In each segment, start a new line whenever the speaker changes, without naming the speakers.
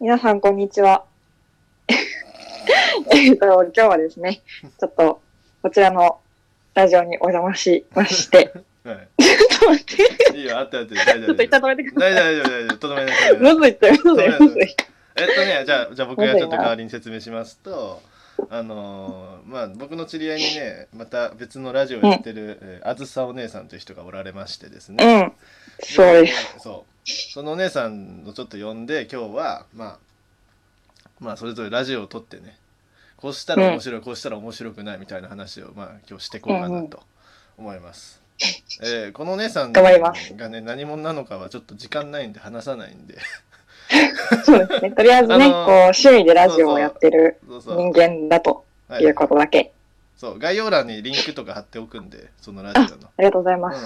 皆さん、こんにち は。えっと、今日はですね、ちょっと、こちらのラジオにお邪魔しま して、
はい
ちょっと待って、
いいよ、あってあって、大
ちょ
丈
っ
夫。
と一旦止
大丈
めてく
夫、
ださい。
大丈夫、大丈夫、とどめなさい。
むずいって、むずい、むずい。
えっとね、じゃあ、じゃあ僕がちょっと代わりに説明しますと、あのーまあ、僕の知り合いにね、また別のラジオやってる、えーあずさお姉さんという人がおられましてです
う
ね。
ん、そう です。
す。そう。そのお姉さんをちょっと呼んで、今日は、まあ、まあ、それぞれラジオを撮ってね、こうしたら面白い、こうしたら面白くないみたいな話を、まあ、今日していこうかなと思います。えーこのお姉さん
頑張りま
がね、何者なのかはちょっと時間ないんで話さないんで、
そうですね。とりあえずね、
あ
こ
のー
う、趣味でラジオをやってる
そうそ
人
う。
間だと
はいいう
ことだけ。
そう概要欄にリンクとか貼っておくんでそのラジオの、
ありがとうございうま
ん
す。、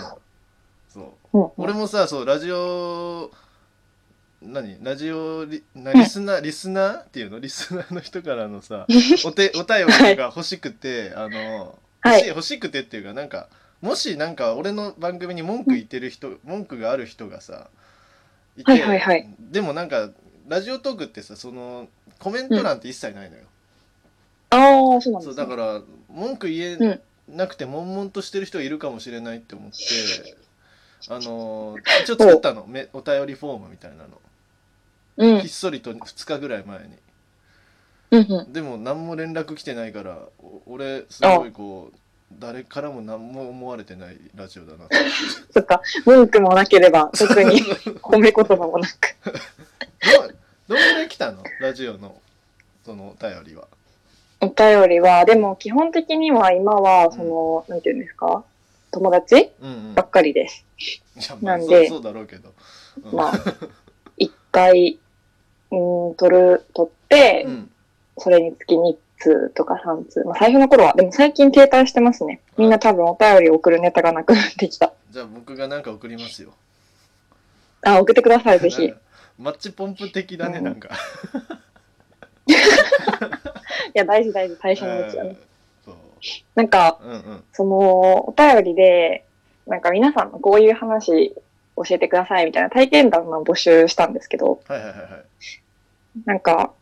そう
うん、
俺もさそうラジオ何ラジオリなリスナー、リスナーっていうのリスナーの人から のさお手お便りが欲しくて、あの
は
欲しい
い。
欲しくてっていうかなんかもしなんか俺の番組に文句言ってる人文句がある人がさいて、
はいはいはい
でもなんかラジオトークってさそのコメント欄って一切ないのよ、
ああ、そうなんで
そう
すね
だから文句言えなくて悶々としてる人がいるかもしれないって思って、 あのー一応作ったのめお便りフォームみたいなの、
うん
ひっそりと2日ぐらい前に
うんうん。
でも何も連絡来てないからお俺すごいこう誰からも何も思われてないラジオだなって
そっか、文句もなければ、 特 に褒め言葉もなく。
どどんぐらい来たのラジオのそのお便りは
お便りは、でも基本的には今は、その、なんていうんですか友達
うんうんい
ばっかりです。
やまあ
なん
そう
で
そうだろうけど、うん
まあ、 一回、うーん、取る、取って
う、ん
それにつき2通とか3通。まあ最初の頃は、でも最近停滞してますね。みんな多分お便り送るネタがなくなってきた。
じゃあ僕が何か送りますよ
あ、送ってください、ぜひ。
なん
い
かマッチポンプ的だね、
うん
なんか
や、大事大事、最初のうちはね。
そう
なんか、
うんうん
その、お便りで、なんか皆さんのこういう話教えてくださいみたいな体験談の募集したんですけど、
はいはいはいはい
なんか、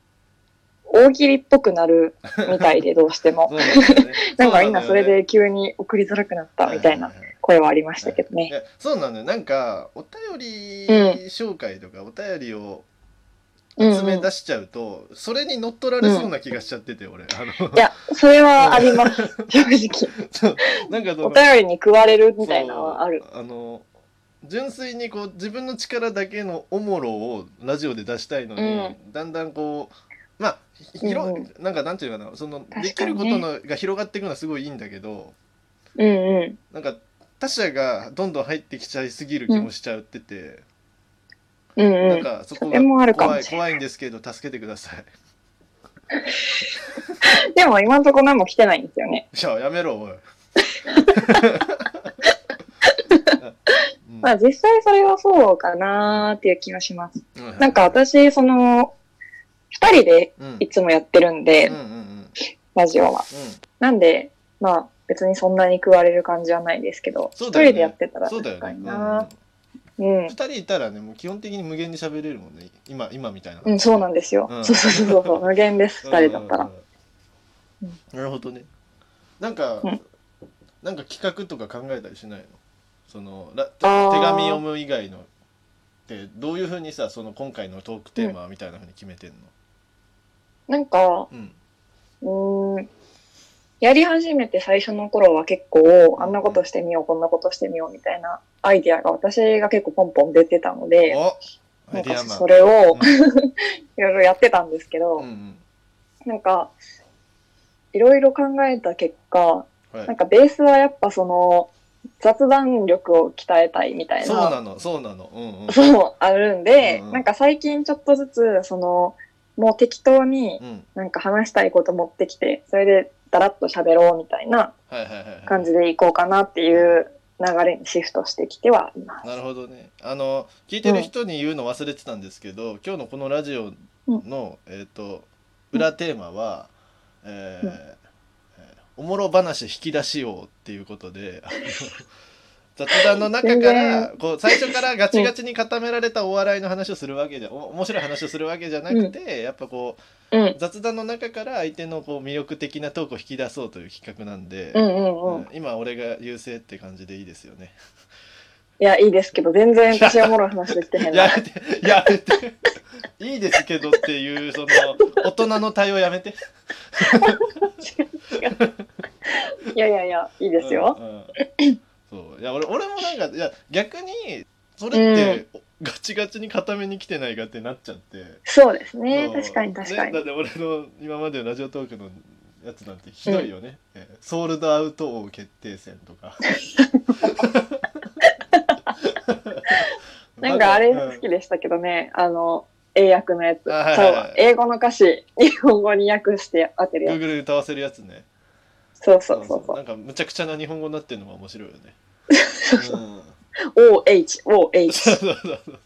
大喜利っぽくなるみたいでどうして
そ
も。
うなんだよね
なんか今それ
う
で急に送りづらくなった
なん
み
だよね
たい
は
な
ははい
声はありましたけど
い
ね。
やそうなんだよなんかお便り
う
紹介とかお便りを
うん
集
うん。
め
い
出しちゃうと、それに乗っ取られそうな気がしちゃってて、俺あの
や、それはあります、正直。
そうなんかその
お便りに食われるみたいなのはある。
そうあの純粋にこう自分の力だけのおもろをラジオで出したいのに、
う
だんだんこうまあひ広、
うん
なんかなんていうかなその
かにね
できることのが広がっていくのはすごいいいんだけど
うんうん。
なんか他者がどんどん入ってきちゃいすぎる気もしちゃってて、
うんう
なん
ん。
かそこ
それ
が
もあるかもしれ
怖
ない
い怖いんですけど助けてください
でも今んとこ何も来てないんですよね。
いややめろ おいうん
まあ実際それはそうかなーっていう気がします。
う
なんか私、その、二人で
うん
いつもやってるんで、
うんうんうんうん
ラジオは。なんで、まあ別にそんなに食われる感じはないですけど、
そ
一、
う
人
だよね
でやってたら
そうだよ
確か
ね、
に
うん
な、うん、
二人いたらねもう基本的に無限に喋れるもんね今今みたいな
うん、そうなんですよ。
うん
そうそうそうそう、無限です、二人だったら。
うんうんうんなるほどねなんか、
うん
なんか企画とか考えたりしないのそのら手手
あー
紙読む以外のってどういうふうにさその今回のトークテーマみたいなふうに決めてんの
なんか、
うん
うーん、やり始めて最初の頃は結構、あんなことしてみよう、こんなことしてみようみたいなアイディアが私が結構ポンポン出てたので、な
おア
ん
イデ
か
アマン
それを いろいろやってたんですけど、
うんうん
なんか、いろいろ考えた結果、
うんは
なん
い
かベースはやっぱその、雑談力を鍛えたいみたいな、
そうなのそうなのうんうん
そうあるんで、
うんうん
なんか最近ちょっとずつ、その、もう適当に
うん
なんか話したいこと持ってきて、それでだらっと喋ろうみたいな
はいはいはいはい
感じでいこうかなっていう流れにシフトしてきてはいます。
なるほどね。あの聞いてる人に言うの忘れてたんですけど、今日のこのラジオの、えっ、と裏テーマは、えー
うん
えーおもろ話引き出し王っていうことで、あの 雑談の中か
全
らこう最初からガチガチに固められたお笑いの話をするわけじゃお面白い話をするわけじゃなくて、やっぱこう
うん。
雑談の中から相手のこう魅力的なトークを引き出そうという企画なんで、
うんうんうん。
今俺が優勢って感じでいいですよね。
いや、いいですけど、全然私はおもろい話できてへん
や
な。
めてやめていいですけどっていうその大人の対応やめて。
いやいやいや、いいですよ。
うんうんそういや俺俺もなんかいや逆にそれって、ガチガチに固めに来てないかってなっちゃって。
そうですね。
そう
確かに確か
ねだ
に。
って俺の今までのラジオトークのやつなんてひどいよね。えーソールドアウト王決定戦とか。
なんかあれ
う
好きでしたけどね、あの、英訳のやつ。そ、
あはいはいはいう
英語の歌詞、日本語に訳して当てるやつ。
Google で歌わせるやつね。
そうそうそうそ
なんかむちゃくちゃな日本語になってるのが面白いよね。うん
う。OH、
そう
OH。
そうそうそうそう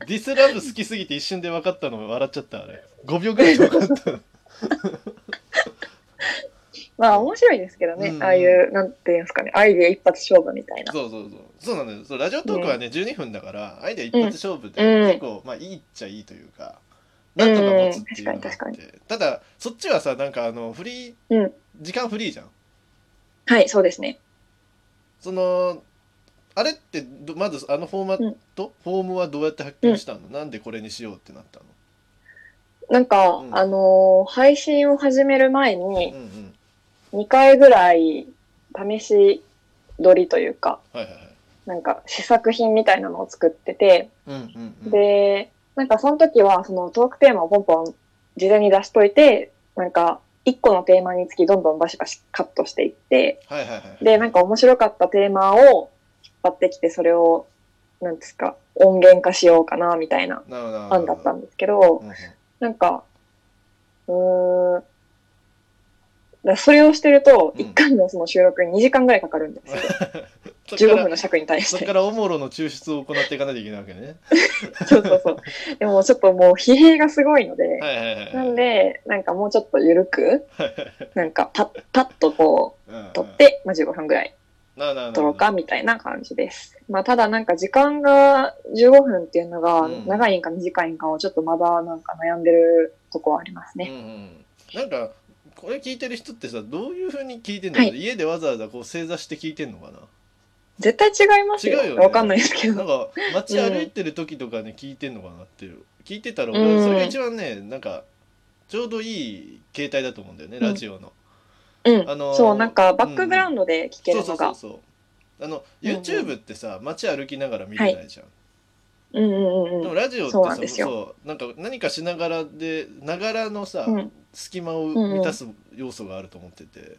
ディスラブ好きすぎて一瞬で分かったの笑っちゃったあれ5秒ぐらいで 分かった
まあ面白いですけどね、
うん
ああいう、なんていうんですかね、アイディア一発勝負みたいな。
そうそうそうそうなんだよそうラジオトークはね、12分だからアイデア一発勝負で、
うん
結構まあいいっちゃいいというか、なんとか持つっていうのがあ
うん確か
っ
に
てただそっちはさなんかあのフリー、
うん
時間フリーじゃん
はい、そうですね。
そのあれってどまずあのフォーマット、フォームはどうやって発見したの、なんでこれにしようってなったの
なんか、
うん
あのー配信を始める前
う
に
ん、うん
2回ぐらい試し撮りというか、
はいはいはい
なんか試作品みたいなのを作ってて、
うんうんうん
で、なんかその時はそのトークテーマをポンポン事前に出しといて、なんか1個のテーマにつきどんどんバシバシカットしていって、
はいはいはい
で、なんか面白かったテーマを引っ張ってきて、それを、なんですか、音源化しようかな、みたいな
なるほどなるほど
案だったんですけど、
うんうん
なんか、うーん、だからそれをしてると、
うん
一回のその収録に2時間ぐらいかかるんですよ。
そ っ
15
か
分
ら
の尺に対し
そってか。らおもろの抽出を行っていかないといけないわけね。
そうそうそう。でもちょっともう疲弊がすごいので、
はいはいはい。
なんで、なんかもうちょっと緩く、なんかパッ、パッとこ
うんうん
う、撮って、まあ、15分ぐらい
なあなあなあなあ
撮ろうか、みたいな感じです。まあ、ただなんか時間が15分っていうのが
うん
長いんか短いんかをちょっとまだなんか悩んでるとこはあります
う
ね。
んうん、なんかこれ聞いてる人ってさどういうふうに聞いてんの、
はい
家でわざわざこう正座して聞いてんのかな
絶対違いますよ。
違うよね
わかんないですけ
な
ど
ん。か街歩いてる時とかね聞いてんのかなっていう聞いてたら俺それが一番ねなんかちょうどいい携帯だと思うんだよね、
うん
ラジオの。
うん、
あのー
そう、なんかバックグラウンドで聞け
そ
る
うそ
の
うそう
が。
そう。あの YouTube ってさ街歩きながら見れないじゃん。
うんうんうん
で
う
も
ん。
ラジオってさ
そうなんですよ
そうなんか何かしながらでながらのさ、
うん
隙間を満たす要素があると思ってて、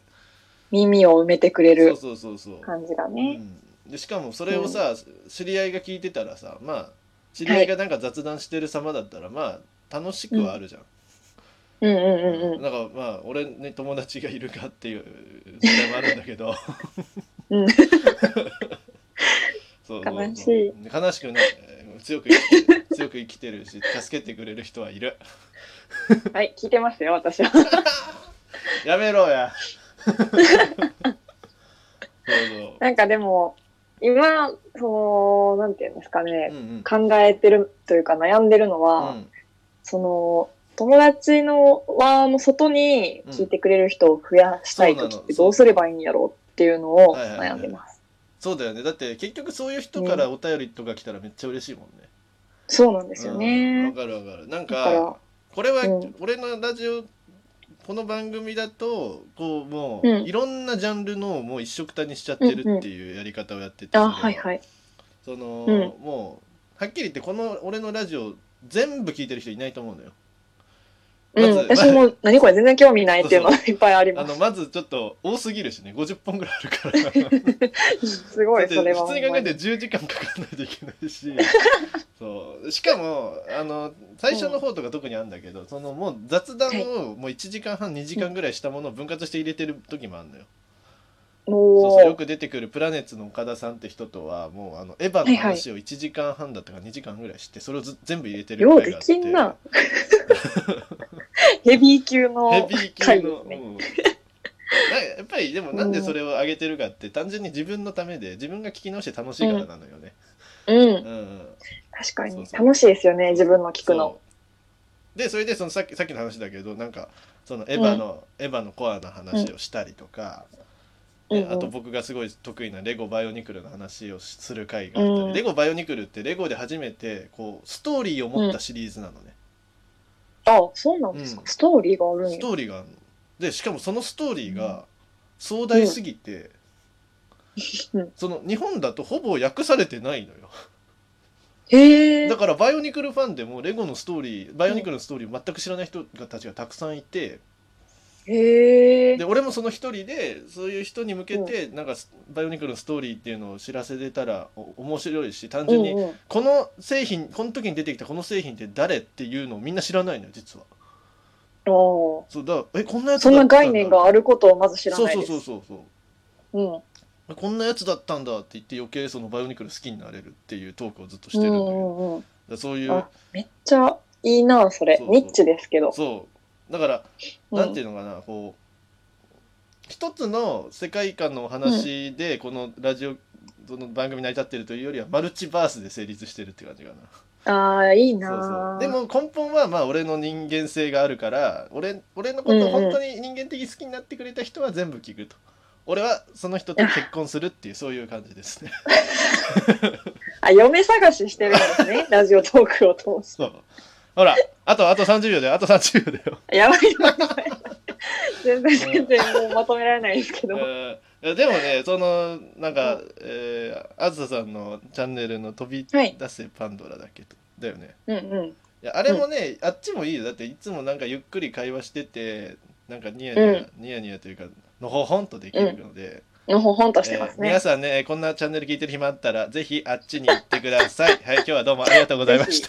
耳を埋めてくれる
そうそうそうそう、
感じが
う
ね。
ん、でしかもそれをさ、知り合いが聞いてたらさまあ知り合いがなんか雑談してる様だったら、まあ楽しくはあるじゃん、
うんうんうんうん。
なんかまあ俺ね友達がいるかっていう 時代もあるんだけど
うん
そう
悲しい
そう悲しくね強く生きてる 強く生きてるし助けてくれる人はいる
はい、聞いてますよ、私は。
やめろや。 そう
なんかでも、今、その、なんていうんですか
そう。う
ね、
んうん。
考えてるというか悩んでるのは、
うん
その、友達の輪の外に聞いてくれる人を増やしたい時っ
そうなの
てどうすればいいんやろうっていうのを悩んでます。
そうだよね。だって結局そういう人からお便りとか来たらめっちゃ嬉しいもんね。
そうなんですよ
うんわ
ね。
かるわかる。なん
だから
か、これは
うん
俺のラジオこの番組だとこうも
うん
ういろんなジャンルのもう一色たにしちゃってるっていうやり方をやってて、
あ、
それ
はい
は
はい。
その、
うん
もうはっきり言ってこの俺のラジオ全部聞いてる人いないと思うのよ。ま
う
ず
ん、私も、何これ全然興味ないっていうのがいっぱいあり
あ
ま
の
す。
まずちょっと多すぎるしね50本ぐらいあるから だって
すごい、それは
普
ほ
通
ん
に
ま
考え
に。
て10時間かかんないといけないしそうしかもあの最初の方とか特にあるんだけど、そのもう雑談をもう1時間半2時間ぐらいしたものを分割して入れてる時もあるのよ、そうそうよ
も
く出てくるプラネッツの岡田さんって人とはもうあのエヴァの話を1時間半だったか2時間ぐらいしてそれをず全部入れて
う、
る
よう
回
で
が
き
あって
ん な。ヘビー級の
ヘビー
回
級
で
の、
すね。
うんなやっぱりでもなんでそれを上げてるかって単純に自分のためで自分が聞き直して楽しいからなのよね。
うん
う。んうん
確か
そう
に。
そう
楽しいですよね、自分の聞くの。
そうでそれでそのさっきさっきの話だけどなんかそのエヴァの、エヴァのコアな話をしたりとか、
うん
ね
うん
あと僕がすごい得意なレゴバイオニクルの話をする回があったり、
うん
レゴバイオニクルってレゴで初めてこうストーリーを持ったシリーズなのね、
あ、そうなんですか。
うん
ストーリーがあるん
ス
や。
トーリーがあるのでしかもそのストーリーが壮大すぎて、
うん
その日本だとほぼ訳されてないのよ
へえ
だ。からバイオニクルファンでもレゴのストーリーバイオニクルのストーリーを全く知らない人がたちがたくさんいて、
へえ
で。俺もその一人でそういう人に向けて、なんかスバイオニクルのストーリーっていうのを知らせてたらお面白いし単純に、
うんうん
この製品この時に出てきたこの製品って誰っていうのをみんな知らないのよ実は
あー
そうだえこんなやつ
そんな概念
あ
があることをまず知
る
らないです。
そうそうそうそ
う
う
ん。
そうこんなやつだったんだって言って余計そのバイオニクル好きになれるっていうトークをずっとして
う
るんだけど、だか
んうんうん。
らそういう
あめっちゃいいな、それ
そ。うそう
ニッチですけど。
そうだから
うん
なんていうのかなこう一つの世界観のお話で、このラジオその番組成り立ってるというよりはマルチバースで成立してるって感じかな。
ああ、いい
そうそ
な
うでも根本はまあ俺の人間性があるから俺俺のことを本当に人間的好きになってくれた人は全部聞くと。俺はその人と結婚するっていうそういう感じですね。
あ、嫁探ししてるんです ね。ラジオトークを通す。
そうほらあとあと30秒だよあと30秒だよ。
やばいやばいや ばい。全然全然もうまとめられないですけど。
えーでもねそのなんか、えーあずささんのチャンネルの「飛び
はい
出せパンドラ」だっけとだよね
うんうん。
いやあれもね、あっちもいいよだっていつもなんかゆっくり会話しててなんかニヤニヤ、ニヤニヤというかのほほんとできるので、
のほほんとして
え
ま
ー
すね。
皆さんねこんなチャンネル聞いてる暇あったらぜひあっちに行ってくださいはい今日はどうもありがとうございました